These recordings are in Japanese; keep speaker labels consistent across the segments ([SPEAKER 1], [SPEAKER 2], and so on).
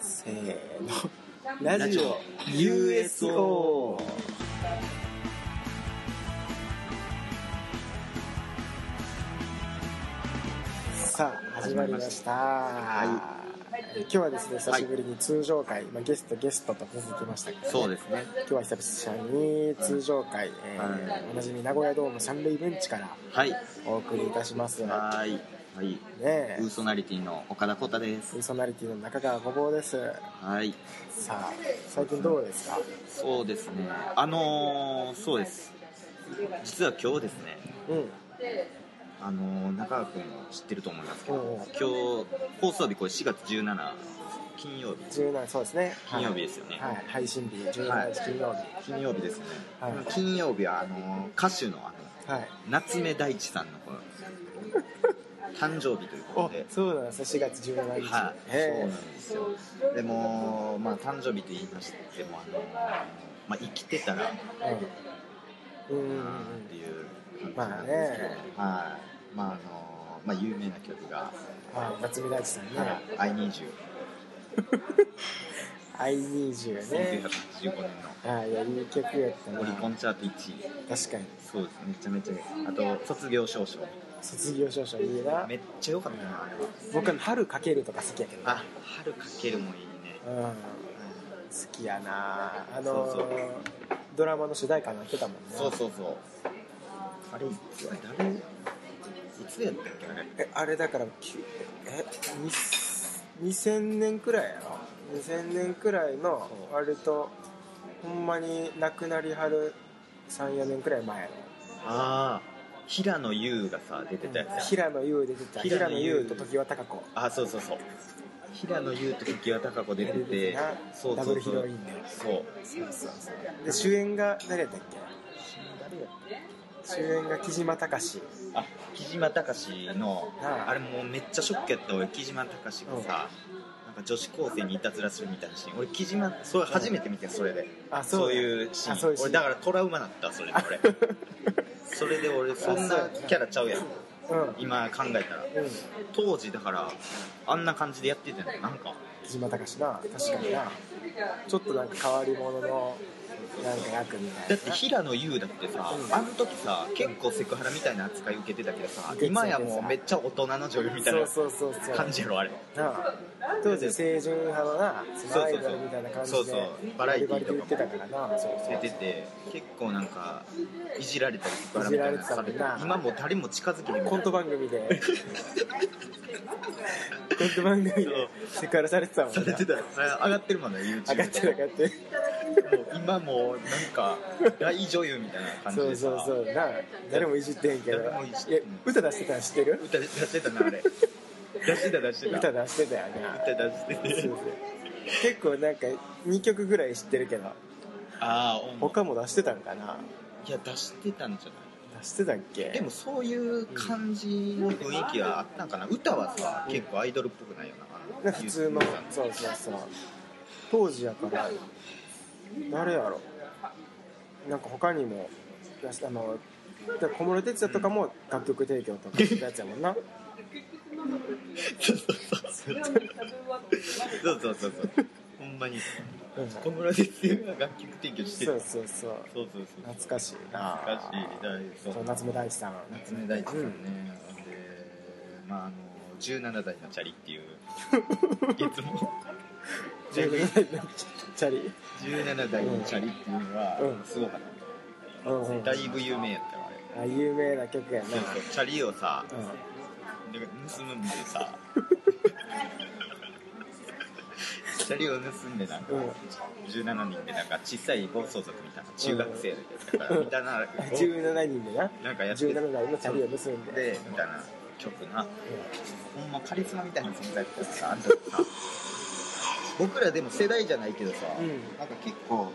[SPEAKER 1] せーのラジオ USO さあ始まりました、えー今日はですね久しぶりに通常会、まあ、ゲストゲストと続きましたけど、ね、
[SPEAKER 2] そうですね。
[SPEAKER 1] 今日は久々に通常会、えー
[SPEAKER 2] はい
[SPEAKER 1] おなじみ名古屋ドーム三塁ベンチから
[SPEAKER 2] はい。
[SPEAKER 1] お送りいたしますね
[SPEAKER 2] はーい。はい。
[SPEAKER 1] え
[SPEAKER 2] ウーソナリティの岡田浩太です
[SPEAKER 1] パ。ーソナリティの中川ごぼうです
[SPEAKER 2] はい。
[SPEAKER 1] さあ最近どうですか
[SPEAKER 2] そうですね。あのー、そうです。実は今日ですね、
[SPEAKER 1] うん
[SPEAKER 2] あのー、中川君も知ってると思いますけ
[SPEAKER 1] おう
[SPEAKER 2] ど、今日、放送日これ4月17、金曜日。
[SPEAKER 1] 17そうですね
[SPEAKER 2] 金曜日ですよね。
[SPEAKER 1] はい、配信日
[SPEAKER 2] は
[SPEAKER 1] 17
[SPEAKER 2] い
[SPEAKER 1] 日金曜日
[SPEAKER 2] 金曜日ですよね。
[SPEAKER 1] はい
[SPEAKER 2] 金曜日は、あのー、歌手の、あの、
[SPEAKER 1] はい
[SPEAKER 2] 夏目大地さんの この誕生日ということ
[SPEAKER 1] お
[SPEAKER 2] で。
[SPEAKER 1] そうなんですね4月17日
[SPEAKER 2] はい、そう
[SPEAKER 1] え
[SPEAKER 2] なんですよでもまあ誕生日と言いましてもあの、まあ、生きてたら
[SPEAKER 1] えうんうんうんうん
[SPEAKER 2] っていう
[SPEAKER 1] まあね
[SPEAKER 2] 感じなんですけど、はいまああのまあ有名な曲が
[SPEAKER 1] はい夏目大地さん
[SPEAKER 2] 「
[SPEAKER 1] ね
[SPEAKER 2] はい I need you
[SPEAKER 1] 「I20」」ね
[SPEAKER 2] 1985年
[SPEAKER 1] あいやいい曲やったな
[SPEAKER 2] のオリコンチャート1位
[SPEAKER 1] 確かに
[SPEAKER 2] そうですめちゃめちゃいいあと「卒業証書
[SPEAKER 1] 卒業証書いいな
[SPEAKER 2] めっちゃ良かったなあれは
[SPEAKER 1] 僕は春かけるとか好きやけどね
[SPEAKER 2] あ春かけるもいいね
[SPEAKER 1] うん好きやなあの
[SPEAKER 2] そうそう
[SPEAKER 1] ドラマの主題歌になってたもんね
[SPEAKER 2] そうそうそうあれいつ誰いつやったっけあれ
[SPEAKER 1] えあれだからきゅえに2000年くらいやろ2000年くらいの
[SPEAKER 2] そう
[SPEAKER 1] 割とほんまに亡くなりはる34年くらい前の
[SPEAKER 2] ああ平野優がさ出てたやつや
[SPEAKER 1] 平野優出てた平
[SPEAKER 2] 平
[SPEAKER 1] 野
[SPEAKER 2] 野
[SPEAKER 1] 優
[SPEAKER 2] 優
[SPEAKER 1] と常盤貴子
[SPEAKER 2] あそうそうそう平野優と常盤貴子出て
[SPEAKER 1] 出て
[SPEAKER 2] て
[SPEAKER 1] たな
[SPEAKER 2] そう
[SPEAKER 1] ダ
[SPEAKER 2] そ
[SPEAKER 1] ブ
[SPEAKER 2] う
[SPEAKER 1] ル
[SPEAKER 2] そ
[SPEAKER 1] ヒロイ
[SPEAKER 2] う
[SPEAKER 1] ンで
[SPEAKER 2] そう
[SPEAKER 1] そうそうそうで主演が誰やったっ
[SPEAKER 2] 誰やっ
[SPEAKER 1] け主演が木島隆史
[SPEAKER 2] たあ木島隆の
[SPEAKER 1] はい
[SPEAKER 2] あれもうめっちゃショックやった俺木島隆がさなんか女子高生にいたずらするみたいなシーン俺木島それ初めて見てそれで
[SPEAKER 1] あそう
[SPEAKER 2] そう
[SPEAKER 1] だ
[SPEAKER 2] いうシ
[SPEAKER 1] あそうい
[SPEAKER 2] ー
[SPEAKER 1] うシー
[SPEAKER 2] ン
[SPEAKER 1] ン
[SPEAKER 2] 俺だからトラウマだったそれで俺それで俺そんなキャラちゃうやん
[SPEAKER 1] うん、
[SPEAKER 2] 今考えたら
[SPEAKER 1] うん、
[SPEAKER 2] 当時だからあんな感じでやってたのなんか
[SPEAKER 1] 木島隆史な確かになちょっとなんか変わり者のなんか役みたいな
[SPEAKER 2] だって平野優だってさ、
[SPEAKER 1] うん
[SPEAKER 2] あの時さ結構セクハラみたいな扱い受けてたけどさ、
[SPEAKER 1] 受けてた
[SPEAKER 2] 今やもうめっちゃ大人の女優みたいな
[SPEAKER 1] そうそうそうそう
[SPEAKER 2] 感じやろあれ
[SPEAKER 1] なあ当時清純派のなそのアイドルみたいな感じで
[SPEAKER 2] そうそうバラエティーとかも
[SPEAKER 1] バリバリ言ってたからなそうそう
[SPEAKER 2] 出てて結構なんかいじられたりセクハラみたいなのされ
[SPEAKER 1] いじ
[SPEAKER 2] て
[SPEAKER 1] られてたな
[SPEAKER 2] 今もう誰も近づけへん
[SPEAKER 1] コント番組でコント番組でセクハラされてたもん
[SPEAKER 2] されてたそれ上がってるもんね YouTube
[SPEAKER 1] 上がってる上がってる
[SPEAKER 2] もう今もうなんか大女優みたいな感じ
[SPEAKER 1] そ
[SPEAKER 2] で
[SPEAKER 1] う
[SPEAKER 2] さ
[SPEAKER 1] そうそうなあ誰もいじってへんけど
[SPEAKER 2] 誰もいじってへん
[SPEAKER 1] え歌出してたの知ってる
[SPEAKER 2] 歌出してたなあれ出してた出してた
[SPEAKER 1] 歌出してたよな
[SPEAKER 2] 歌出して
[SPEAKER 1] そう
[SPEAKER 2] て
[SPEAKER 1] そう結構なんか2曲ぐらい知ってるけど
[SPEAKER 2] ああ
[SPEAKER 1] 他も出してたんかない
[SPEAKER 2] や出してたんじゃない
[SPEAKER 1] 出してたっけ
[SPEAKER 2] でもそういう感じの雰囲気はあったんかな、歌はさ、結構アイドルっぽくないよな、あの
[SPEAKER 1] 普通のそうそうそう当時やから誰やろなんか他にもやしあのだから小室哲哉とかも楽曲提供とかしたやつやもんな
[SPEAKER 2] そうそうそうそうそうそうそうほんまに
[SPEAKER 1] うん
[SPEAKER 2] 小室哲哉が楽曲提供して
[SPEAKER 1] そう
[SPEAKER 2] る
[SPEAKER 1] そうそう
[SPEAKER 2] そうそうそう
[SPEAKER 1] 懐かしいな
[SPEAKER 2] 懐かしい大
[SPEAKER 1] そ
[SPEAKER 2] そうう
[SPEAKER 1] 夏目大地さん
[SPEAKER 2] 夏目大地さんね、でまああの17台のチャリっていういつも
[SPEAKER 1] 17代のチャリ、
[SPEAKER 2] 17台のチャリっていうの
[SPEAKER 1] う
[SPEAKER 2] は
[SPEAKER 1] ん
[SPEAKER 2] すごかっ
[SPEAKER 1] うん
[SPEAKER 2] た、
[SPEAKER 1] うん、
[SPEAKER 2] だいぶ有名やったわあれ
[SPEAKER 1] あ有名な曲やな
[SPEAKER 2] そうそうチャリをさ、
[SPEAKER 1] うん
[SPEAKER 2] なんか盗むんで さチャリを盗んでなんか、
[SPEAKER 1] うん
[SPEAKER 2] 17人でなんか小さい暴走族みたいな中学生だからみたいなのを
[SPEAKER 1] あ17人でな
[SPEAKER 2] なんかやってて
[SPEAKER 1] 17代のチャリを盗んで
[SPEAKER 2] でみたいな曲なほんまカリスマみたいな存在だっ たさあんたさ僕らでも世代じゃないけどさ、
[SPEAKER 1] うん
[SPEAKER 2] なんか結構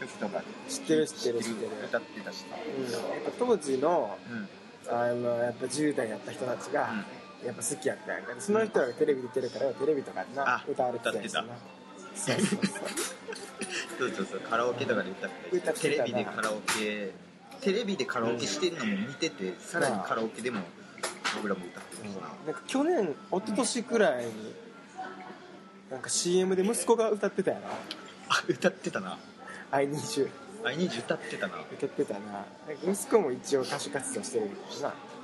[SPEAKER 2] 曲とか
[SPEAKER 1] 知ってる知ってる知ってる
[SPEAKER 2] 歌ってたしさ、
[SPEAKER 1] うん、やっぱ当時の
[SPEAKER 2] うんうん
[SPEAKER 1] あのやっぱ10代やった人たちが、やっぱ好きやったやんかその人らがテレビ出てるからテレビとかでな
[SPEAKER 2] あ
[SPEAKER 1] 歌われてたやつな
[SPEAKER 2] 歌っ
[SPEAKER 1] そうそう
[SPEAKER 2] そうそうそうカラオケとかで歌ったり
[SPEAKER 1] 歌ってた
[SPEAKER 2] テ
[SPEAKER 1] な
[SPEAKER 2] レビでカラオケテレビでカラオケしてんのも見てて、さらにカラオケでも僕らも歌って
[SPEAKER 1] そ
[SPEAKER 2] るしな
[SPEAKER 1] う、なんか去年一昨年くらいになんか CM で息子が歌ってたやな
[SPEAKER 2] あ歌ってたな
[SPEAKER 1] 「I need you
[SPEAKER 2] あいにじ歌ってたな」
[SPEAKER 1] 歌ってたななんか息子も一応歌手活動してるか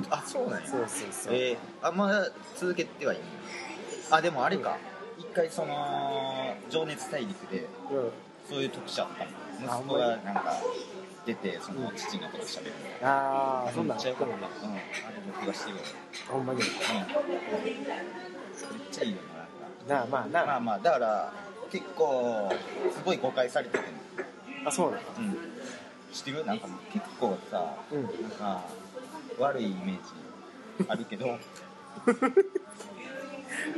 [SPEAKER 1] らな
[SPEAKER 2] あそうなんや
[SPEAKER 1] そうそうそう、
[SPEAKER 2] えー、あんま続けてはいいんやあでもあれか一回その「情熱大陸」で
[SPEAKER 1] うん
[SPEAKER 2] そういう特集あった
[SPEAKER 1] あ
[SPEAKER 2] の息子がなんか出てその父のこと喋る
[SPEAKER 1] ああそん
[SPEAKER 2] め
[SPEAKER 1] な
[SPEAKER 2] っ
[SPEAKER 1] ん
[SPEAKER 2] ちゃよかった、
[SPEAKER 1] う
[SPEAKER 2] うん、あれ録画してるよ、
[SPEAKER 1] んほんまに
[SPEAKER 2] うん、めっちゃいいよななんか
[SPEAKER 1] なあまあなあ、
[SPEAKER 2] まあまあだから結構すごい誤解されてて、
[SPEAKER 1] あそうなの
[SPEAKER 2] うん、知ってるなんか結構さ、
[SPEAKER 1] うん
[SPEAKER 2] なんか悪いイメージあるけ ど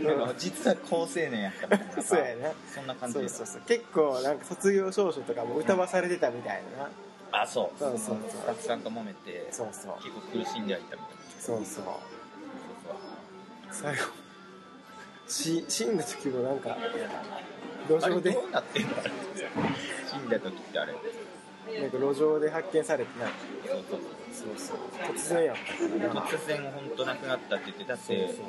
[SPEAKER 2] なんか実は好青年やったみたいな
[SPEAKER 1] そうやね
[SPEAKER 2] そんな感じ
[SPEAKER 1] そ
[SPEAKER 2] で
[SPEAKER 1] うそうそう結構なんか卒業証書とかも歌わされてたみたいな、
[SPEAKER 2] あそう
[SPEAKER 1] そうそうそう
[SPEAKER 2] スタッフさんと揉めて
[SPEAKER 1] そうそう
[SPEAKER 2] 結構苦しんではいたみたいな
[SPEAKER 1] そうそう
[SPEAKER 2] そう
[SPEAKER 1] 最後し死んだ時もなんか
[SPEAKER 2] そう
[SPEAKER 1] 路
[SPEAKER 2] あれ
[SPEAKER 1] 上で
[SPEAKER 2] どうなってんのあれ死んだ時ってあれ
[SPEAKER 1] なんか路上で発見されてなんか
[SPEAKER 2] そうそう
[SPEAKER 1] そうそう突然やったからな
[SPEAKER 2] そう突然本当なくなったって言ってだっ
[SPEAKER 1] そう
[SPEAKER 2] て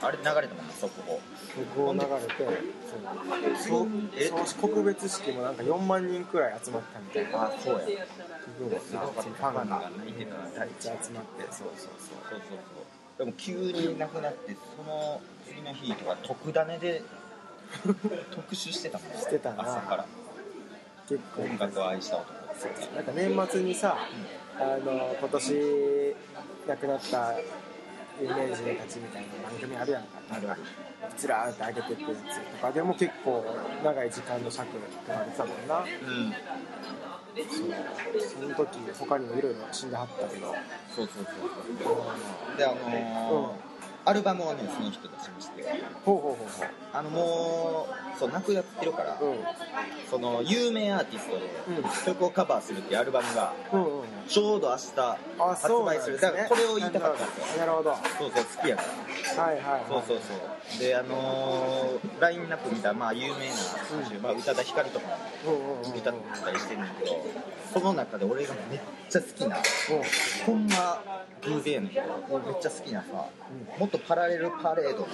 [SPEAKER 2] あれ流れたもんな速報
[SPEAKER 1] そう曲を流れてそう
[SPEAKER 2] え
[SPEAKER 1] そうそう告別式もなんか4万人くらい集まったみたいな
[SPEAKER 2] あそうや
[SPEAKER 1] 部分を
[SPEAKER 2] すごかった
[SPEAKER 1] ファンが
[SPEAKER 2] ファンが泣いてたな
[SPEAKER 1] めっちゃ集まってそうそうそう
[SPEAKER 2] そうそうそうでも急になくなってその次の日とか特ダ ネで特集してたもん
[SPEAKER 1] してたな
[SPEAKER 2] 朝から
[SPEAKER 1] 結構
[SPEAKER 2] 音楽を愛した男
[SPEAKER 1] なんか年末にさ、あの今年亡くなった有名人たちみたいな番組あるやんか
[SPEAKER 2] あるある
[SPEAKER 1] ずらーって上げてってやつとかでも結構長い時間の尺取られてたもんな
[SPEAKER 2] うん
[SPEAKER 1] そうその時他にもいろいろ死んではったけど
[SPEAKER 2] そうそうそうそうであのーアルバムをねその人出しまして
[SPEAKER 1] ほうほうほ
[SPEAKER 2] あのもうそう亡くなってるから
[SPEAKER 1] うほううん
[SPEAKER 2] その有名アーティストで曲をカバーするっていうアルバムが
[SPEAKER 1] うんうんうん
[SPEAKER 2] ちょうど明日
[SPEAKER 1] あ
[SPEAKER 2] 発
[SPEAKER 1] そうなん
[SPEAKER 2] 売
[SPEAKER 1] ですす
[SPEAKER 2] る
[SPEAKER 1] ね
[SPEAKER 2] だからこれを言いたかったんですよ
[SPEAKER 1] なるほどは
[SPEAKER 2] そうそう好きやから
[SPEAKER 1] いはいはい
[SPEAKER 2] そうそうそうであのーラインナップ見たらまあ有名な歌手、まあ、宇多田ヒカルとかも
[SPEAKER 1] うんうんうんうん
[SPEAKER 2] 歌ったりしてんねんけどその中で俺がめっちゃ好きな
[SPEAKER 1] う
[SPEAKER 2] ほんま偶然やねんけど俺めっちゃ好きなさ元パラレルパレードのさ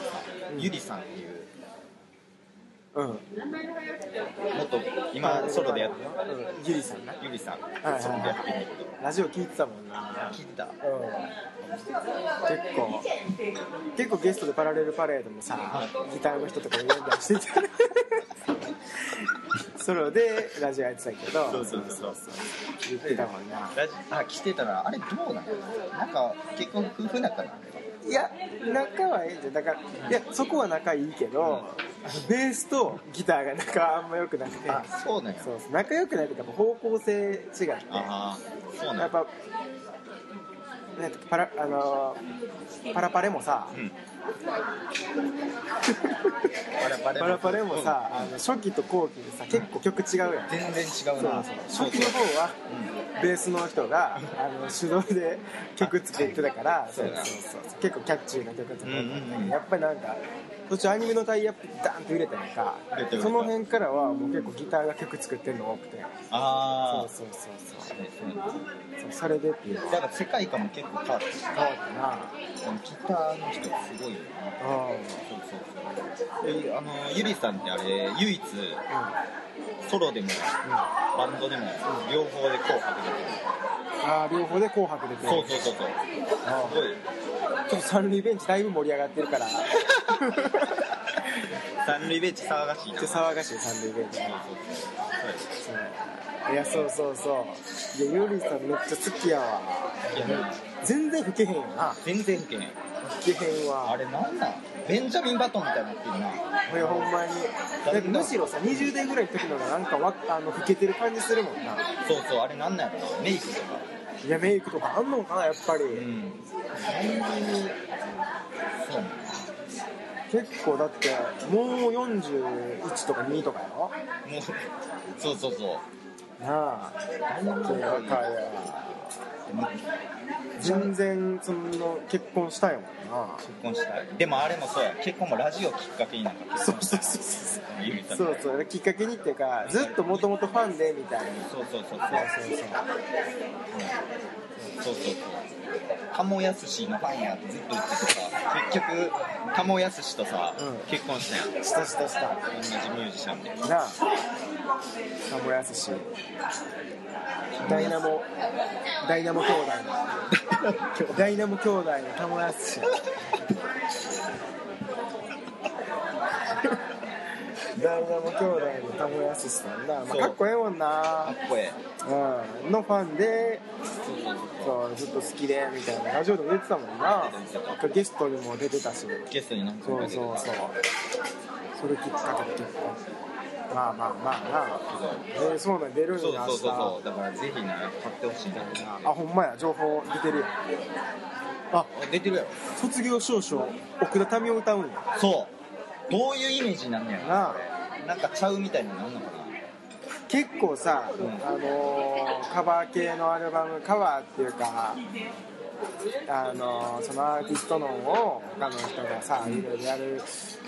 [SPEAKER 1] うん
[SPEAKER 2] ゆりさんっていうん
[SPEAKER 1] うん
[SPEAKER 2] 元今ソロでやってる
[SPEAKER 1] うんゆりさんな
[SPEAKER 2] ゆりさん
[SPEAKER 1] いはい
[SPEAKER 2] ソロでやってんねんけど
[SPEAKER 1] ラジオ聞いてたもんな
[SPEAKER 2] 聞いた
[SPEAKER 1] 結構結構ゲストでパラレルパレードもさギターの人とか呼んだりしてたソロでラジオやってたけど
[SPEAKER 2] そうそうそうそう
[SPEAKER 1] 言ってたもんな
[SPEAKER 2] ラジあ来てたらあれどうなんやなんか結婚夫婦仲なんだよ
[SPEAKER 1] いや仲はええんじゃんだからいやそこは仲いいけどベースとギターが仲あんま良くなくて
[SPEAKER 2] あそうなんや
[SPEAKER 1] そうそう仲良くないというか方向性違って
[SPEAKER 2] ああそうなん
[SPEAKER 1] やっ
[SPEAKER 2] や
[SPEAKER 1] ぱなんかパラあのーパラパレもさ、
[SPEAKER 2] うんパラパレ
[SPEAKER 1] パラパレもさ、あの初期と後期でさ結構曲違うやん、
[SPEAKER 2] 全然違う
[SPEAKER 1] そう
[SPEAKER 2] な
[SPEAKER 1] そう初期の方はベースの人があの手動で 曲作ってたから
[SPEAKER 2] そ
[SPEAKER 1] そうう
[SPEAKER 2] やな
[SPEAKER 1] そうそう結構キャッチーな曲とかだったんだけど
[SPEAKER 2] うんうんうん
[SPEAKER 1] やっぱりなんか途中アニメのタイアップダーンと売れたやんか
[SPEAKER 2] 売れた売れた
[SPEAKER 1] その辺からはもう結構ギターが曲作ってるの多くてそ
[SPEAKER 2] あ
[SPEAKER 1] うそうそうそ
[SPEAKER 2] あー
[SPEAKER 1] うそうそれでっていう
[SPEAKER 2] だから世界観も結構変わったし
[SPEAKER 1] 変わったな
[SPEAKER 2] ギターの人すごいよな
[SPEAKER 1] う
[SPEAKER 2] そうそうそうであのゆりさんってあれ唯一
[SPEAKER 1] んうん
[SPEAKER 2] ソロでもバンドでも両方で「紅白」出て
[SPEAKER 1] あー両方で「紅白」出て
[SPEAKER 2] るそうそうそうそう
[SPEAKER 1] あー
[SPEAKER 2] すごい
[SPEAKER 1] ちょっとサンリベンジだいぶ盛り上がってるから
[SPEAKER 2] 三塁ベンチ騒がしいな
[SPEAKER 1] ちょっと騒がしい三塁ベンチ
[SPEAKER 2] そ
[SPEAKER 1] そういやそ
[SPEAKER 2] うそうそう
[SPEAKER 1] うそうそういやゆりさんめっちゃ好きやわ
[SPEAKER 2] そういや
[SPEAKER 1] 全然吹けへんよな
[SPEAKER 2] 全然吹けない
[SPEAKER 1] 吹けへん
[SPEAKER 2] あ
[SPEAKER 1] わ
[SPEAKER 2] れなんなんベンジャミン・バトンみたいになってるな
[SPEAKER 1] これほんまにだってむしろさ20代ぐらいの時の方がなんかわあの吹けてる感じするもんな
[SPEAKER 2] そうそうあれなんなんやろなメイクとか
[SPEAKER 1] いやメイクとかあんのかなやっぱり、
[SPEAKER 2] うんそう
[SPEAKER 1] 結構だってもう41とか2とかよ
[SPEAKER 2] もうそうそうそう
[SPEAKER 1] なあ若いわ
[SPEAKER 2] でも
[SPEAKER 1] 全然その結婚したいもんな
[SPEAKER 2] 結婚したいでもあれもそうや結婚もラジオきっかけになんか結
[SPEAKER 1] そう
[SPEAKER 2] 婚し
[SPEAKER 1] そ
[SPEAKER 2] た
[SPEAKER 1] うそうそう
[SPEAKER 2] ゆりた
[SPEAKER 1] そうそうきっかけにっていうかずっともともとファンでみたいな
[SPEAKER 2] そうそう
[SPEAKER 1] そうそ
[SPEAKER 2] そうそう
[SPEAKER 1] うそう
[SPEAKER 2] そうそうそうタモヤスシのファンやってずっと言っててさ結局タモヤスシとさ、
[SPEAKER 1] うん
[SPEAKER 2] 結婚したやん
[SPEAKER 1] したしたしたな
[SPEAKER 2] 同じミュージシャンで
[SPEAKER 1] あ田村しダイナモダイナモ兄弟 のダイナモ兄弟の田村しダイナモ兄弟の田村しさんな、まあ、
[SPEAKER 2] そう
[SPEAKER 1] かっこええもん
[SPEAKER 2] か
[SPEAKER 1] な
[SPEAKER 2] っ、こえ
[SPEAKER 1] うん、のファンでそうずっと好きでみたいなラジオでも言ってたもんなゲストにも出てたし
[SPEAKER 2] えゲストに何か
[SPEAKER 1] そう
[SPEAKER 2] 出
[SPEAKER 1] そう
[SPEAKER 2] て
[SPEAKER 1] そう
[SPEAKER 2] た
[SPEAKER 1] それきっかけで結婚まあまあまあ
[SPEAKER 2] すごい
[SPEAKER 1] なえー、そうなん出るん
[SPEAKER 2] そう
[SPEAKER 1] だ
[SPEAKER 2] そうそうそうだからぜひね買ってほしいな
[SPEAKER 1] 明日あほんまや情報出てるやんあ
[SPEAKER 2] あ出てるやろ
[SPEAKER 1] 卒業証書奥田民生歌うんや
[SPEAKER 2] そうどういうイメージになんねやろ
[SPEAKER 1] なあ
[SPEAKER 2] ななんかちゃうみたいになんのかな
[SPEAKER 1] 結構さ、
[SPEAKER 2] うん
[SPEAKER 1] あのーカバー系のアルバムカバーっていうかあのーそのアーティストのを他の人がさいろいろやる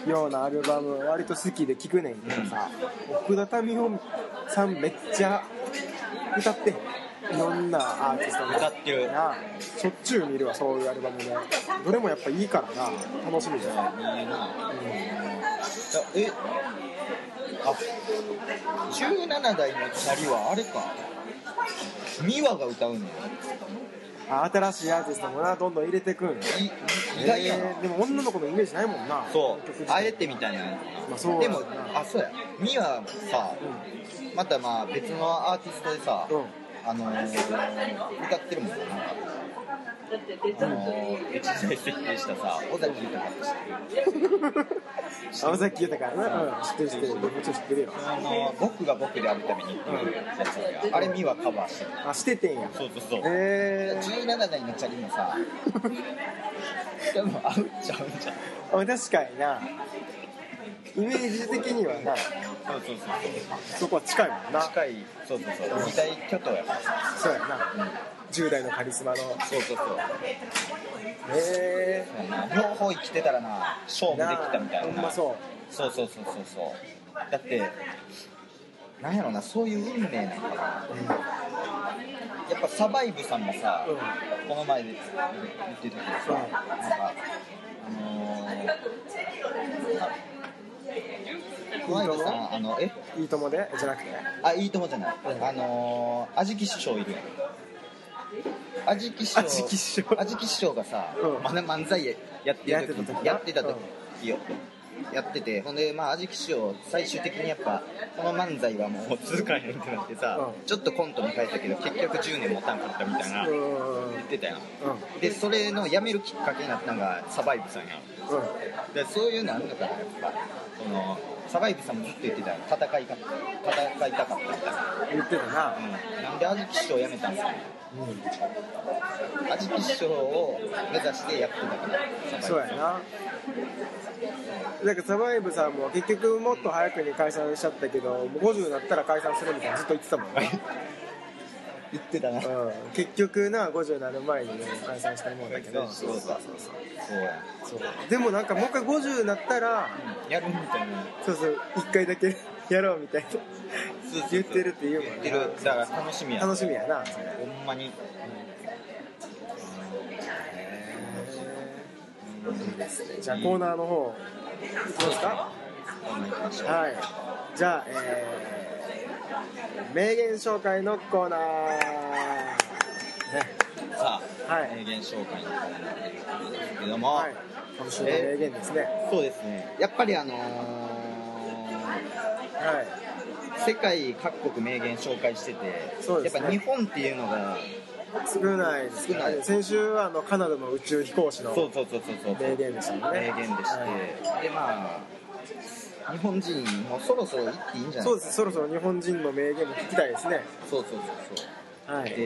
[SPEAKER 1] ようなアルバム割と好きで聴くねんけどさ奥田民生さんめっちゃ歌ってんいろんなアーティストが
[SPEAKER 2] 歌ってる
[SPEAKER 1] なしょっちゅう見るわそういうアルバムねどれもやっぱいいからな楽しみじゃない、
[SPEAKER 2] いいな
[SPEAKER 1] うん
[SPEAKER 2] えあ17代のチャリはあれかミワが歌うのよ
[SPEAKER 1] あ新しいアーティストもなどんどん入れてくんよ
[SPEAKER 2] い意外やな、
[SPEAKER 1] えーでも女の子のイメージないもんな
[SPEAKER 2] そうあえてみ
[SPEAKER 1] た
[SPEAKER 2] たいなのかな、
[SPEAKER 1] まあそう
[SPEAKER 2] で
[SPEAKER 1] やな
[SPEAKER 2] もあそうやミワさまたまあ別のアーティストでさ、
[SPEAKER 1] うん
[SPEAKER 2] あのー、歌ってるもんななんかあのー、一時代設定したさ尾崎豊って知ってる
[SPEAKER 1] 青崎豊な、うん、知ってる知ってるもちろん知ってるよ
[SPEAKER 2] あの僕が僕であるためにっていうやつが、あれミワカバーしてる
[SPEAKER 1] あしててんや
[SPEAKER 2] そうそうそう、
[SPEAKER 1] え
[SPEAKER 2] 17代のチャリもさ多分合うっちゃ合うんじゃん
[SPEAKER 1] ー、あ確かになイメージ的にはな
[SPEAKER 2] そうそうそ
[SPEAKER 1] そこは近いもんな
[SPEAKER 2] う近いそうそうそう二大巨頭やからさ
[SPEAKER 1] そうやな10代のカリスマの
[SPEAKER 2] そうそうそう
[SPEAKER 1] え
[SPEAKER 2] そうやな両方生きてたらな勝
[SPEAKER 1] ー、
[SPEAKER 2] 負できたみたいな
[SPEAKER 1] ほんまそう
[SPEAKER 2] そうそうそうそうそうだってなんやろなそういう運命なんかなやっぱサバイブさんもさ、
[SPEAKER 1] うん
[SPEAKER 2] この前で言ってたけどさ、
[SPEAKER 1] うん
[SPEAKER 2] なんかあのー、この間さあのえ
[SPEAKER 1] いいともでじゃなくて
[SPEAKER 2] あいいともじゃない、
[SPEAKER 1] うん
[SPEAKER 2] あのー、安食師匠いるやん安食師匠
[SPEAKER 1] 安食師匠
[SPEAKER 2] 安食師匠がさ、
[SPEAKER 1] うん
[SPEAKER 2] まだ漫才ややってる時
[SPEAKER 1] や
[SPEAKER 2] や
[SPEAKER 1] っ
[SPEAKER 2] ってて
[SPEAKER 1] た
[SPEAKER 2] た
[SPEAKER 1] 時
[SPEAKER 2] 時よ、やっててほんでまあ安食師匠最終的にやっぱこの漫才はもう続かへんってなってさ、
[SPEAKER 1] うん
[SPEAKER 2] ちょっとコントに変えたけど結局10年もたんかったみたいな、
[SPEAKER 1] うんうんうん
[SPEAKER 2] 言ってたやんでそれの辞めるきっかけになったのがサバイブさんやんでそういうのあるのかなやっぱそのサバイブさんもずっと言ってたやん戦いか戦いたかったみたいな、
[SPEAKER 1] 言ってたな、
[SPEAKER 2] うん、なんで安食師匠辞めたんすか安食師匠を目指してやってたから
[SPEAKER 1] そうやななんかサバイブさんも結局もっと早くに解散しちゃったけどもう50になったら解散するみたいなずっと言ってたもんね、
[SPEAKER 2] 言ってたなそう
[SPEAKER 1] うん、結局な50になる前に、ね、解散してるもんだけど
[SPEAKER 2] そうそうや、
[SPEAKER 1] そうでもなんかもう一回50になったら
[SPEAKER 2] うん、やるみたいな
[SPEAKER 1] そうそう1回だけ やろうみたい
[SPEAKER 2] そうそうそ
[SPEAKER 1] な
[SPEAKER 2] う
[SPEAKER 1] 言ってるって言うもん
[SPEAKER 2] 言っ
[SPEAKER 1] な
[SPEAKER 2] てるだから楽しみや
[SPEAKER 1] 楽しみやな
[SPEAKER 2] ほんまに、うん
[SPEAKER 1] じゃあコーナーの方いきますか
[SPEAKER 2] コーナー行きましょう
[SPEAKER 1] はい。じゃあ、えー、名言紹介のコーナー。ね
[SPEAKER 2] さあ、
[SPEAKER 1] はい
[SPEAKER 2] 名言紹介のコーナーですけども、
[SPEAKER 1] はい。今週の名言ですね。
[SPEAKER 2] そうですねやっぱりあの
[SPEAKER 1] はい。
[SPEAKER 2] ー世界各国名言紹介してて、
[SPEAKER 1] そうですね
[SPEAKER 2] やっぱ日本っていうのが
[SPEAKER 1] 少ないですね
[SPEAKER 2] 少ない
[SPEAKER 1] 先週はあのカナダの宇宙飛行士の
[SPEAKER 2] そうそうそうそうそう
[SPEAKER 1] 名言でしたもんね。
[SPEAKER 2] 名言でして、
[SPEAKER 1] はい
[SPEAKER 2] でまあ日本人もそろそろ行っていいんじゃない
[SPEAKER 1] そう
[SPEAKER 2] で
[SPEAKER 1] ですす。そろそろ日本人の名言も聞きたいですね。
[SPEAKER 2] そうそうそうそう
[SPEAKER 1] はい。
[SPEAKER 2] で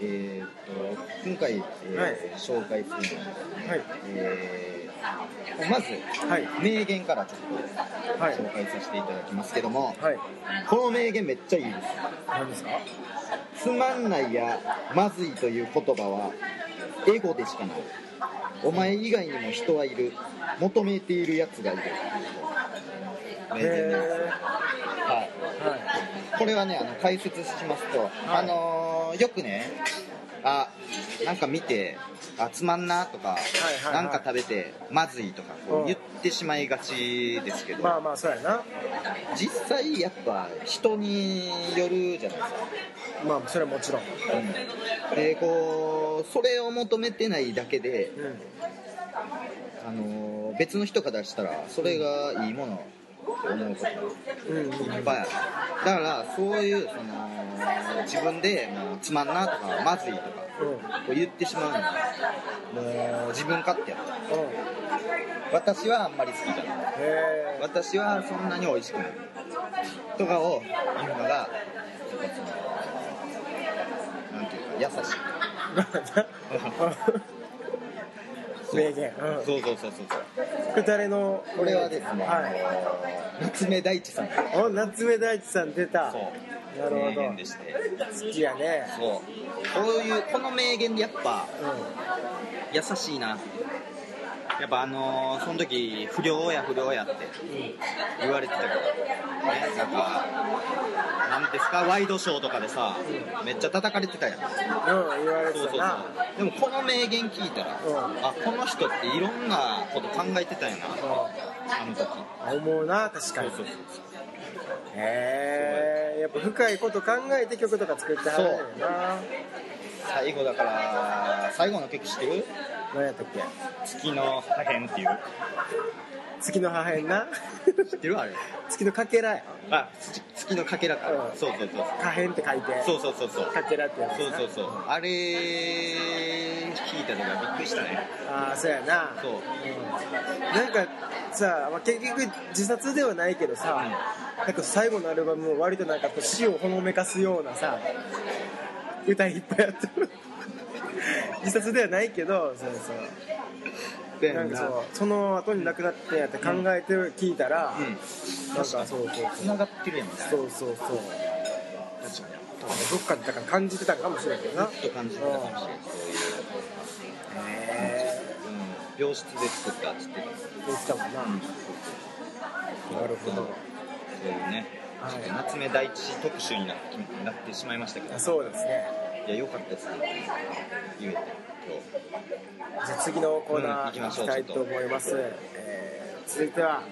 [SPEAKER 2] えーっと今回、えー
[SPEAKER 1] はい
[SPEAKER 2] 紹介するのは、
[SPEAKER 1] はい。
[SPEAKER 2] えーまず、
[SPEAKER 1] はい
[SPEAKER 2] 名言からちょっと
[SPEAKER 1] はい
[SPEAKER 2] 紹介させていただきますけども、
[SPEAKER 1] はい
[SPEAKER 2] この名言めっちゃいいで
[SPEAKER 1] 何ですか
[SPEAKER 2] すつまんないやまずいという言葉はエゴでしかないお前以外にも人はいる求めているやつがいる名言なんですよ、
[SPEAKER 1] へ
[SPEAKER 2] はい
[SPEAKER 1] えはい
[SPEAKER 2] これはねあの解説しますと、あのーよくねあなんか見てあつまんなと
[SPEAKER 1] い
[SPEAKER 2] か、
[SPEAKER 1] はいはい
[SPEAKER 2] なんか食べてまずいとかこ
[SPEAKER 1] うん
[SPEAKER 2] う言ってしまいがちですけど、
[SPEAKER 1] まあまあそうやな
[SPEAKER 2] 実際やっぱ人によるじゃないですか、
[SPEAKER 1] まあそれはもちろん
[SPEAKER 2] でこうそれを求めてないだけで、
[SPEAKER 1] うん
[SPEAKER 2] あのー別の人からしたらそれがいいものと思うこと
[SPEAKER 1] うんうん
[SPEAKER 2] いっぱいあるだからそういうその自分でもうつまんなとかまずいとか
[SPEAKER 1] うんうん
[SPEAKER 2] こう言ってしまうのはもう自分勝手やと私はあんまり好きじゃない
[SPEAKER 1] へえ
[SPEAKER 2] 私はそんなに美味しくないとかを言うのがなんていうか優しい
[SPEAKER 1] 名言うん
[SPEAKER 2] そうそうそうそうそう
[SPEAKER 1] これ誰の
[SPEAKER 2] これはですね、
[SPEAKER 1] はい
[SPEAKER 2] あの夏目大地さんの
[SPEAKER 1] お夏目大地さん出た
[SPEAKER 2] そう
[SPEAKER 1] なるほど
[SPEAKER 2] 名言でして
[SPEAKER 1] 好きやね
[SPEAKER 2] そうこういうこの名言でやっぱ
[SPEAKER 1] う
[SPEAKER 2] 優しいなやっぱあのーその時不良や不良やって
[SPEAKER 1] んうん
[SPEAKER 2] 言われてたからねなんかなんですかワイドショーとかでさめっちゃ叩かれてたやん
[SPEAKER 1] うん言われ
[SPEAKER 2] そ
[SPEAKER 1] て
[SPEAKER 2] うそう
[SPEAKER 1] た
[SPEAKER 2] そう
[SPEAKER 1] な
[SPEAKER 2] でもこの名言聞いたら
[SPEAKER 1] うん
[SPEAKER 2] あこの人っていろんなこと考えてたんやなあの時
[SPEAKER 1] うん思うな確か
[SPEAKER 2] そう
[SPEAKER 1] に
[SPEAKER 2] そうそう
[SPEAKER 1] へえやっぱ深いこと考えて曲とか作ってはるんやな
[SPEAKER 2] 最後だから最後の曲知ってる
[SPEAKER 1] 何やったっけ
[SPEAKER 2] 月の破片っていう
[SPEAKER 1] 月の破片 な
[SPEAKER 2] 知ってるあれ
[SPEAKER 1] 月のかけらや
[SPEAKER 2] あ月月のかけらか、
[SPEAKER 1] うん
[SPEAKER 2] そうそうそう
[SPEAKER 1] 破片って書いて
[SPEAKER 2] そうそうそうそう
[SPEAKER 1] かけらってやつ
[SPEAKER 2] そう
[SPEAKER 1] な
[SPEAKER 2] そうそうあれ聞いた時はびっくりしたね
[SPEAKER 1] ああそうやな
[SPEAKER 2] そう
[SPEAKER 1] うんなんかさ、まあ、結局自殺ではないけどさ、なんか最後のアルバムも割となんかこう死をほのめかすようなさ歌いっぱいやってる 自殺ではないけどそうそうなんかそうその後に亡くなってやって考えて聞いたら、
[SPEAKER 2] うん
[SPEAKER 1] なんかそうそうそう
[SPEAKER 2] つながってるやん
[SPEAKER 1] そ
[SPEAKER 2] そう
[SPEAKER 1] うそうそう
[SPEAKER 2] 確かに
[SPEAKER 1] だからどっかでだから感じてたんかもしれないけどな
[SPEAKER 2] ちょっと感じてたかもしれない
[SPEAKER 1] へえ
[SPEAKER 2] うん病室で作ったっつってた
[SPEAKER 1] 言ってたもんな、なるほど、
[SPEAKER 2] そういうね
[SPEAKER 1] はい
[SPEAKER 2] ちょっと夏目第一特集になってきなってしまいましたけど
[SPEAKER 1] あそうですね
[SPEAKER 2] いや良かったですね言えて今
[SPEAKER 1] じゃあ次のコー
[SPEAKER 2] うん
[SPEAKER 1] ナ
[SPEAKER 2] 行き
[SPEAKER 1] ー
[SPEAKER 2] ま
[SPEAKER 1] い
[SPEAKER 2] しょ
[SPEAKER 1] き
[SPEAKER 2] う
[SPEAKER 1] たいと思います、えー続いては、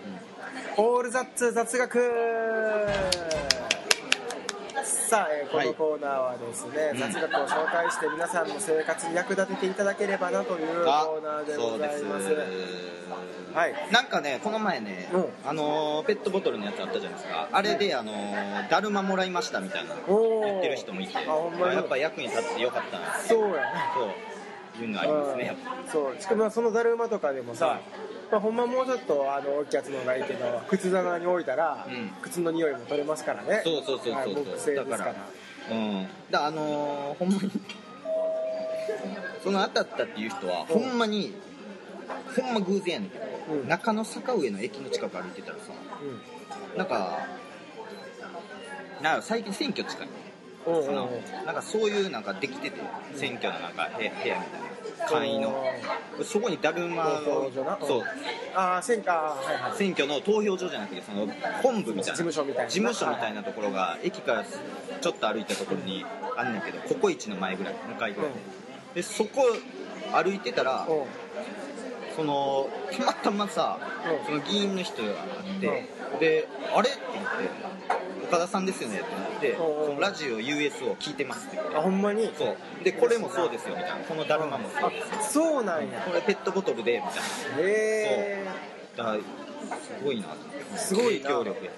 [SPEAKER 1] オールザッツ雑学さあ、えーこ
[SPEAKER 2] はい
[SPEAKER 1] のコーナーはですね、
[SPEAKER 2] うん
[SPEAKER 1] 雑学を紹介して皆さんの生活に役立てていただければなというコ
[SPEAKER 2] 日
[SPEAKER 1] ーナーでございます
[SPEAKER 2] そうです
[SPEAKER 1] はい
[SPEAKER 2] なんかねこの前ね、
[SPEAKER 1] う
[SPEAKER 2] あのーペットボトルのやつあったじゃないですかあれで、あのーだるまもらいましたみたいな
[SPEAKER 1] おー
[SPEAKER 2] 言ってる人もいて
[SPEAKER 1] あほんまに
[SPEAKER 2] やっぱ役に立ってよかったなと
[SPEAKER 1] そうやね
[SPEAKER 2] いうのありますねやっぱ
[SPEAKER 1] うんそうしかもまあそのだるまとかでもさ、
[SPEAKER 2] はい
[SPEAKER 1] まあ、ほんまもうちょっとあの大きいやつの方がいいけど靴棚に置いたら、
[SPEAKER 2] うん
[SPEAKER 1] 靴の匂いも取れますからね
[SPEAKER 2] そうそうそうそうそう
[SPEAKER 1] はい木製ですから
[SPEAKER 2] だからうんだからあのーほんまにその当たったっていう人はほんまにほんま偶然やねんけど、
[SPEAKER 1] うん
[SPEAKER 2] 中野坂上の駅の近く歩いてたらさなんかなんか最近選挙近い
[SPEAKER 1] うんうん
[SPEAKER 2] そ
[SPEAKER 1] うん
[SPEAKER 2] の
[SPEAKER 1] うん
[SPEAKER 2] なんかそういうなんかできてて選挙のなんか部屋部屋みたいな簡易のそこにだるま
[SPEAKER 1] 投
[SPEAKER 2] の
[SPEAKER 1] 票所な
[SPEAKER 2] そう
[SPEAKER 1] ああ選挙あーはいはい
[SPEAKER 2] 選挙の投票所じゃなくてその本部みたい
[SPEAKER 1] 事
[SPEAKER 2] な
[SPEAKER 1] 務所みたいな
[SPEAKER 2] 事務所みたいなところが駅からちょっと歩いたところにあんねんけどココイチの前ぐらい向かいぐらいでそこ歩いてたら
[SPEAKER 1] うんうん
[SPEAKER 2] そのたまたまさ
[SPEAKER 1] うん
[SPEAKER 2] その議員の人があって
[SPEAKER 1] う
[SPEAKER 2] であれって言って岡田さんですよねってな
[SPEAKER 1] うん
[SPEAKER 2] ってそのラジオ US を聞いてますって言っ
[SPEAKER 1] あほ
[SPEAKER 2] て
[SPEAKER 1] んまに
[SPEAKER 2] そうでこれもそうですよみたいなこのだるまもそうです
[SPEAKER 1] あそうなんや
[SPEAKER 2] これペットボトルでみたい
[SPEAKER 1] へ
[SPEAKER 2] な
[SPEAKER 1] え
[SPEAKER 2] だからすごいなと思って
[SPEAKER 1] すごいな
[SPEAKER 2] 影響力や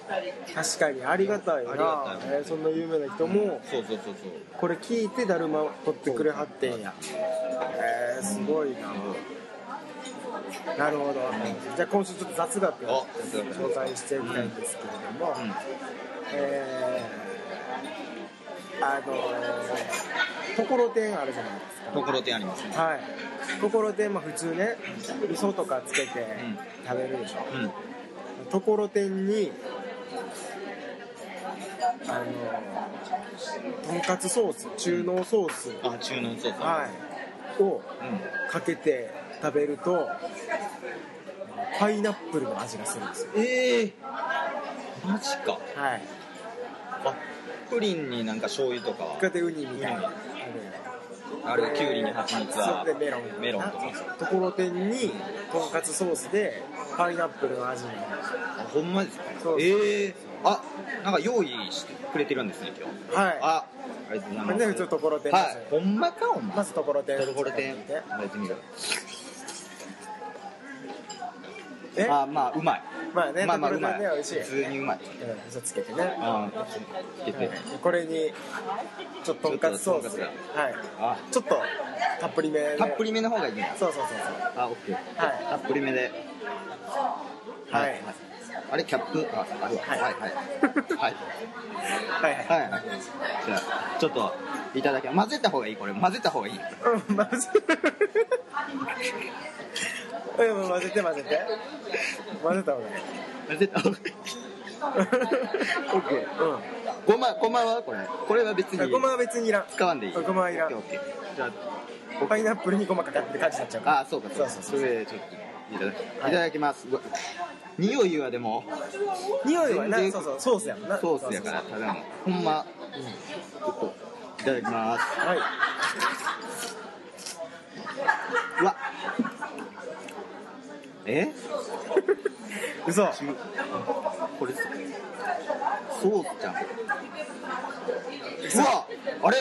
[SPEAKER 1] 確かにありがたいな
[SPEAKER 2] ありがたい
[SPEAKER 1] えーそんな有名な人も
[SPEAKER 2] そうそうそうそう
[SPEAKER 1] これ聞いてだるま取ってくれはってんやへえすごいななるほどじゃあ今週ちょっと雑学を
[SPEAKER 2] あ雑学
[SPEAKER 1] 紹介していきたいんですけれども
[SPEAKER 2] うん
[SPEAKER 1] えあのところてんあるじゃないです
[SPEAKER 2] ところてんありますね
[SPEAKER 1] かはいところてんまあ普通ね味噌とかつけて食べるでしょ、
[SPEAKER 2] うん
[SPEAKER 1] ところてんにあのとんかつソース中濃ソース、
[SPEAKER 2] あ中濃ソース
[SPEAKER 1] はいを
[SPEAKER 2] う
[SPEAKER 1] かけて食べるとパイナップルの味がするんですよ
[SPEAKER 2] んええマジか
[SPEAKER 1] はい
[SPEAKER 2] あプリンになんか醤油とか
[SPEAKER 1] かてウニみたいな、
[SPEAKER 2] あれキュウリに蜂蜜は
[SPEAKER 1] そうでメロン
[SPEAKER 2] メロンとか
[SPEAKER 1] ところてんにとんかつソースでパイナップルの味になる
[SPEAKER 2] あほんまですか
[SPEAKER 1] そう
[SPEAKER 2] ええあなんか用意してくれてるんですね今日
[SPEAKER 1] は
[SPEAKER 2] あありがとうござい
[SPEAKER 1] い
[SPEAKER 2] ます
[SPEAKER 1] で普通ところてんです、
[SPEAKER 2] はいほんまかお前
[SPEAKER 1] まずところてん
[SPEAKER 2] ところてん
[SPEAKER 1] 食べて
[SPEAKER 2] 食べてみろ
[SPEAKER 1] え
[SPEAKER 2] あまあうまい
[SPEAKER 1] まあね
[SPEAKER 2] まあまあうま
[SPEAKER 1] と
[SPEAKER 2] い
[SPEAKER 1] ころてんね美味しい
[SPEAKER 2] 普通にうまい
[SPEAKER 1] うん味噌つけてね
[SPEAKER 2] ああつけて
[SPEAKER 1] はいこれにちょっととんかつソース
[SPEAKER 2] ちょっととん
[SPEAKER 1] はい
[SPEAKER 2] あ
[SPEAKER 1] ちょっとたっぷりめで
[SPEAKER 2] たっぷりめの方がいいね
[SPEAKER 1] そうそうそうそう
[SPEAKER 2] あオッケー
[SPEAKER 1] はい
[SPEAKER 2] たっぷりめで
[SPEAKER 1] はい
[SPEAKER 2] あれキャップああるわ
[SPEAKER 1] は
[SPEAKER 2] はいいはいはい
[SPEAKER 1] はいはい
[SPEAKER 2] はいはいじゃあちょっといただき混ぜた方がいいこれ混ぜた方がい
[SPEAKER 1] う
[SPEAKER 2] い
[SPEAKER 1] ん混ぜてうん混ぜて混ぜて混ぜた方がいい
[SPEAKER 2] 混ぜた方がいいオッケー
[SPEAKER 1] うん
[SPEAKER 2] ごまごまはこれこれは別
[SPEAKER 1] あ
[SPEAKER 2] に
[SPEAKER 1] ごまは別にいらん
[SPEAKER 2] 使わんでいい
[SPEAKER 1] ごまはいらん
[SPEAKER 2] オッケーオッケーじゃあ
[SPEAKER 1] パイナップルにごまかかってる感じになっちゃうから
[SPEAKER 2] あそうか
[SPEAKER 1] そ
[SPEAKER 2] そうう
[SPEAKER 1] そ
[SPEAKER 2] そ
[SPEAKER 1] そ
[SPEAKER 2] ううそうれちょっといただき,、
[SPEAKER 1] はい
[SPEAKER 2] い、ただきますうわ匂いはでも
[SPEAKER 1] 匂いはな
[SPEAKER 2] 全
[SPEAKER 1] そ
[SPEAKER 2] 然
[SPEAKER 1] うそうソースやもんな
[SPEAKER 2] ソースやから
[SPEAKER 1] そう
[SPEAKER 2] ただのほんまちょっといただきます
[SPEAKER 1] そうそうはいう
[SPEAKER 2] わえ
[SPEAKER 1] 嘘
[SPEAKER 2] ち これソースじゃんうわあれ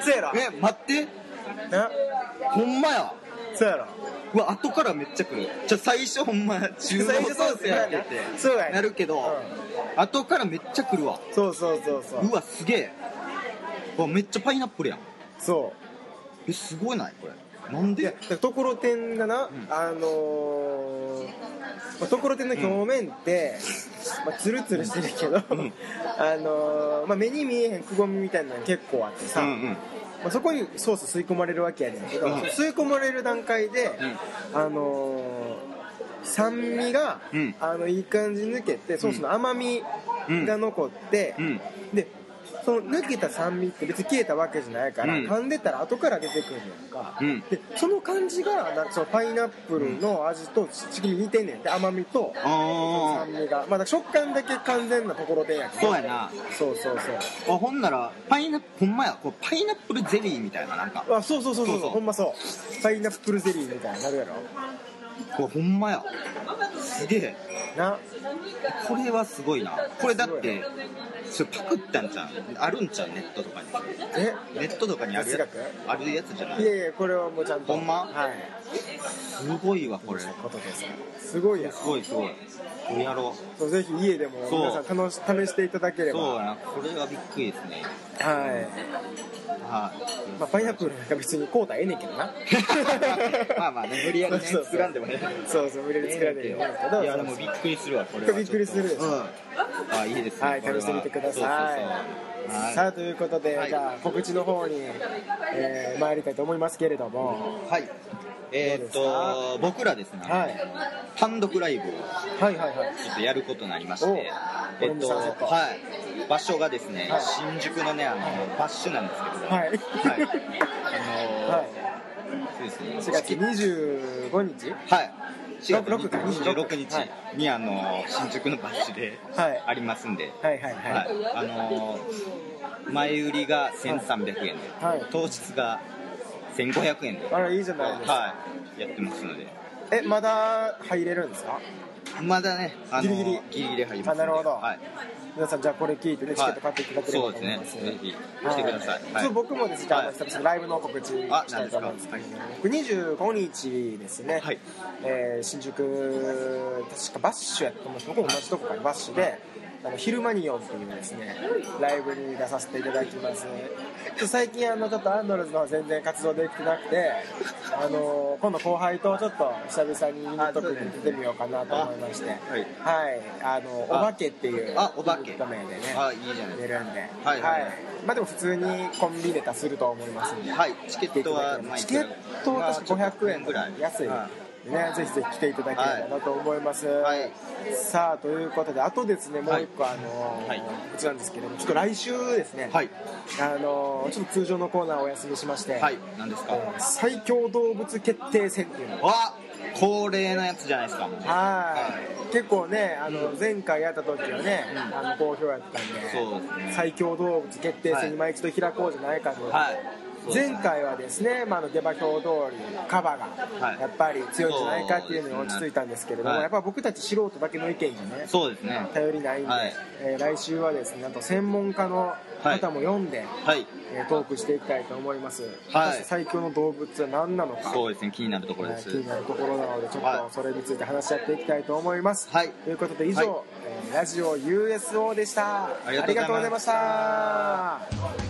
[SPEAKER 1] そうやろ
[SPEAKER 2] え待って
[SPEAKER 1] な
[SPEAKER 2] ほんまや
[SPEAKER 1] そうやろ
[SPEAKER 2] うわ後からめっちゃくるじゃ最初ほんま中
[SPEAKER 1] 最
[SPEAKER 2] 濃
[SPEAKER 1] 初
[SPEAKER 2] ソースやってて
[SPEAKER 1] そうやね
[SPEAKER 2] なるけど、後からめっちゃくるわ
[SPEAKER 1] そうそうそうそう
[SPEAKER 2] うわすげえうわめっちゃパイナップルやん
[SPEAKER 1] そう
[SPEAKER 2] えすごいないこれなん
[SPEAKER 1] いや
[SPEAKER 2] で
[SPEAKER 1] だからところてんがな、
[SPEAKER 2] ん
[SPEAKER 1] あのーまあところてんの表面って、まあ、ツルツルしてるけど、
[SPEAKER 2] ん
[SPEAKER 1] あのーまあ、目に見えへんくぼみみたいなのが結構あって
[SPEAKER 2] う
[SPEAKER 1] さ、
[SPEAKER 2] んうん
[SPEAKER 1] まあ、そこにソース吸い込まれるわけやねんけど、
[SPEAKER 2] うん
[SPEAKER 1] 吸い込まれる段階で、あのー酸味が、
[SPEAKER 2] うん
[SPEAKER 1] あのいい感じに抜けてソースの甘みが残って、
[SPEAKER 2] うん
[SPEAKER 1] でその抜けた酸味って別に消えたわけじゃないから、
[SPEAKER 2] うん
[SPEAKER 1] 噛んでたら後から出てくるのか、
[SPEAKER 2] うん
[SPEAKER 1] でその感じがなんかそのパイナップルの味とちぎり似てんねんって甘みと
[SPEAKER 2] あ
[SPEAKER 1] 酸味が、まあ、だから食感だけ完全なところでや
[SPEAKER 2] あ
[SPEAKER 1] けど
[SPEAKER 2] そうやな
[SPEAKER 1] そうそう
[SPEAKER 2] あほんならパイナップほんまやこれパイナップルゼリーみたいななんか
[SPEAKER 1] そうあそうそうそうそう
[SPEAKER 2] そうそう
[SPEAKER 1] ほんまそうパイナップルゼリーみたいになるやろ
[SPEAKER 2] これほんまやすげえ
[SPEAKER 1] な
[SPEAKER 2] これはすごいなこれだってそれパクったんじゃんあるんちゃうネットとかに
[SPEAKER 1] え
[SPEAKER 2] ネットとかにあるや
[SPEAKER 1] 雑学
[SPEAKER 2] つあるやつじゃないい
[SPEAKER 1] やいやこれはもうちゃんと
[SPEAKER 2] ほんま
[SPEAKER 1] はい
[SPEAKER 2] すごいわこれす
[SPEAKER 1] ことですすごいやろ
[SPEAKER 2] ごいすごいこれやろう
[SPEAKER 1] そうぜひ家でも
[SPEAKER 2] そう
[SPEAKER 1] 皆さん楽し試していただければ
[SPEAKER 2] そう
[SPEAKER 1] は
[SPEAKER 2] やなこれはびっくりですね
[SPEAKER 1] い、
[SPEAKER 2] はい
[SPEAKER 1] まあ、パイナップルなんか別にこうたらええねんけどな
[SPEAKER 2] まあまあね無理やりね
[SPEAKER 1] そうそうそう
[SPEAKER 2] 作らんでもね
[SPEAKER 1] そうそう無理やり作られるんけど
[SPEAKER 2] いやでもびっくりするわこれは
[SPEAKER 1] びっくりするでしょ
[SPEAKER 2] うんあいいですね
[SPEAKER 1] はい
[SPEAKER 2] これ
[SPEAKER 1] 試してみてください
[SPEAKER 2] そうそうそうはい
[SPEAKER 1] さあということで、
[SPEAKER 2] はい
[SPEAKER 1] じゃあ告知の方に、えー参りたいと思いますけれども、
[SPEAKER 2] はい。えーっと、僕らですね、
[SPEAKER 1] はい
[SPEAKER 2] 単独ライブを
[SPEAKER 1] はいはいはい
[SPEAKER 2] ちょっとやることになりまし
[SPEAKER 1] おう
[SPEAKER 2] て、えーっと、
[SPEAKER 1] これも参加
[SPEAKER 2] はい。場所がですね、
[SPEAKER 1] はい
[SPEAKER 2] 新宿のね、あの、バッシュなんですけど、
[SPEAKER 1] はい
[SPEAKER 2] あのー
[SPEAKER 1] はい
[SPEAKER 2] そうです
[SPEAKER 1] 4
[SPEAKER 2] ね、
[SPEAKER 1] 月25日
[SPEAKER 2] はい。4月
[SPEAKER 1] 六
[SPEAKER 2] 26日
[SPEAKER 1] はい
[SPEAKER 2] に、あのー新宿のバッシュで
[SPEAKER 1] はい
[SPEAKER 2] ありますんで、
[SPEAKER 1] はいはいはい、
[SPEAKER 2] はい、あのー前売りが1300円で、
[SPEAKER 1] はい
[SPEAKER 2] 当日が1500円で、
[SPEAKER 1] あらいいじゃないですか、
[SPEAKER 2] はい、やってますので、
[SPEAKER 1] えまだ入れるんですか
[SPEAKER 2] まだね、あの
[SPEAKER 1] ギリギリ
[SPEAKER 2] ギリギリ入りますんで
[SPEAKER 1] あなるほど
[SPEAKER 2] はい、
[SPEAKER 1] 皆さんじゃあこれ聞いてねチケット買っていただければと思います、
[SPEAKER 2] そうですねぜひ来てください
[SPEAKER 1] は
[SPEAKER 2] はい
[SPEAKER 1] そう僕もですね、あの
[SPEAKER 2] はい
[SPEAKER 1] 久々にライブの告知したいと思うんですけど、僕25日ですね、
[SPEAKER 2] はい
[SPEAKER 1] えー新宿確かバッシュやと思うんですけど僕も同じとこからバッシュで、あの昼間に読んっていうですねライブに出させていただきますで最近あのちょっとアンドルズの方全然活動できてなくてあの今度後輩とちょっと久々にユニット組に出てみようかなと思いまして
[SPEAKER 2] あはい
[SPEAKER 1] はいあのお化けっていう
[SPEAKER 2] あお化け
[SPEAKER 1] ユニット名でね
[SPEAKER 2] あいいじゃないで
[SPEAKER 1] 出
[SPEAKER 2] す
[SPEAKER 1] るんで
[SPEAKER 2] は
[SPEAKER 1] はいい
[SPEAKER 2] はいはい
[SPEAKER 1] まあでも普通にコンビネタすると思いますんで
[SPEAKER 2] かはいチケットはまあ
[SPEAKER 1] チケットは確か500円
[SPEAKER 2] ぐ
[SPEAKER 1] ぐ
[SPEAKER 2] ら
[SPEAKER 1] ら
[SPEAKER 2] い
[SPEAKER 1] い安い
[SPEAKER 2] は
[SPEAKER 1] でね、ぜひぜひ来ていただければなと思います、
[SPEAKER 2] はい
[SPEAKER 1] さあということであとですねもう一個、あのー
[SPEAKER 2] はい
[SPEAKER 1] こちらなんですけどもちょっと来週ですね、
[SPEAKER 2] はい
[SPEAKER 1] あのーちょっと通常のコーナーをお休みしまして、
[SPEAKER 2] はい何ですか
[SPEAKER 1] えー最強動物決定戦っていうのを
[SPEAKER 2] あ恒例のやつじゃないですか
[SPEAKER 1] はい結構ねあの前回やった時はね、
[SPEAKER 2] うん
[SPEAKER 1] あの好評やったんで
[SPEAKER 2] そうですね
[SPEAKER 1] 最強動物決定
[SPEAKER 2] はい
[SPEAKER 1] 戦今一度開こうじゃないかと、
[SPEAKER 2] はい
[SPEAKER 1] 前回はですね、まあ、あの下馬評通りカバ
[SPEAKER 2] は
[SPEAKER 1] が
[SPEAKER 2] い
[SPEAKER 1] やっぱり強いんじゃないかっていうのに
[SPEAKER 2] そうですね
[SPEAKER 1] 落ち着いたんですけれども、
[SPEAKER 2] はい
[SPEAKER 1] やっぱ僕たち素人だけの意見がね
[SPEAKER 2] そうですね
[SPEAKER 1] 頼りないんで、
[SPEAKER 2] はい
[SPEAKER 1] えー来週はですねあと専門家の方も読んで、
[SPEAKER 2] はい
[SPEAKER 1] えートークしていきたいと思います、果たして最強の動物は何なのか
[SPEAKER 2] そうですね気になるところ
[SPEAKER 1] は
[SPEAKER 2] で
[SPEAKER 1] い気
[SPEAKER 2] す
[SPEAKER 1] になるところなのでちょっ
[SPEAKER 2] はい
[SPEAKER 1] とそれについて話し合っていきたいと思います、
[SPEAKER 2] はい
[SPEAKER 1] ということで以上、
[SPEAKER 2] はい
[SPEAKER 1] えーラジオ USO でした
[SPEAKER 2] ありがとうございました
[SPEAKER 1] ありがとうございました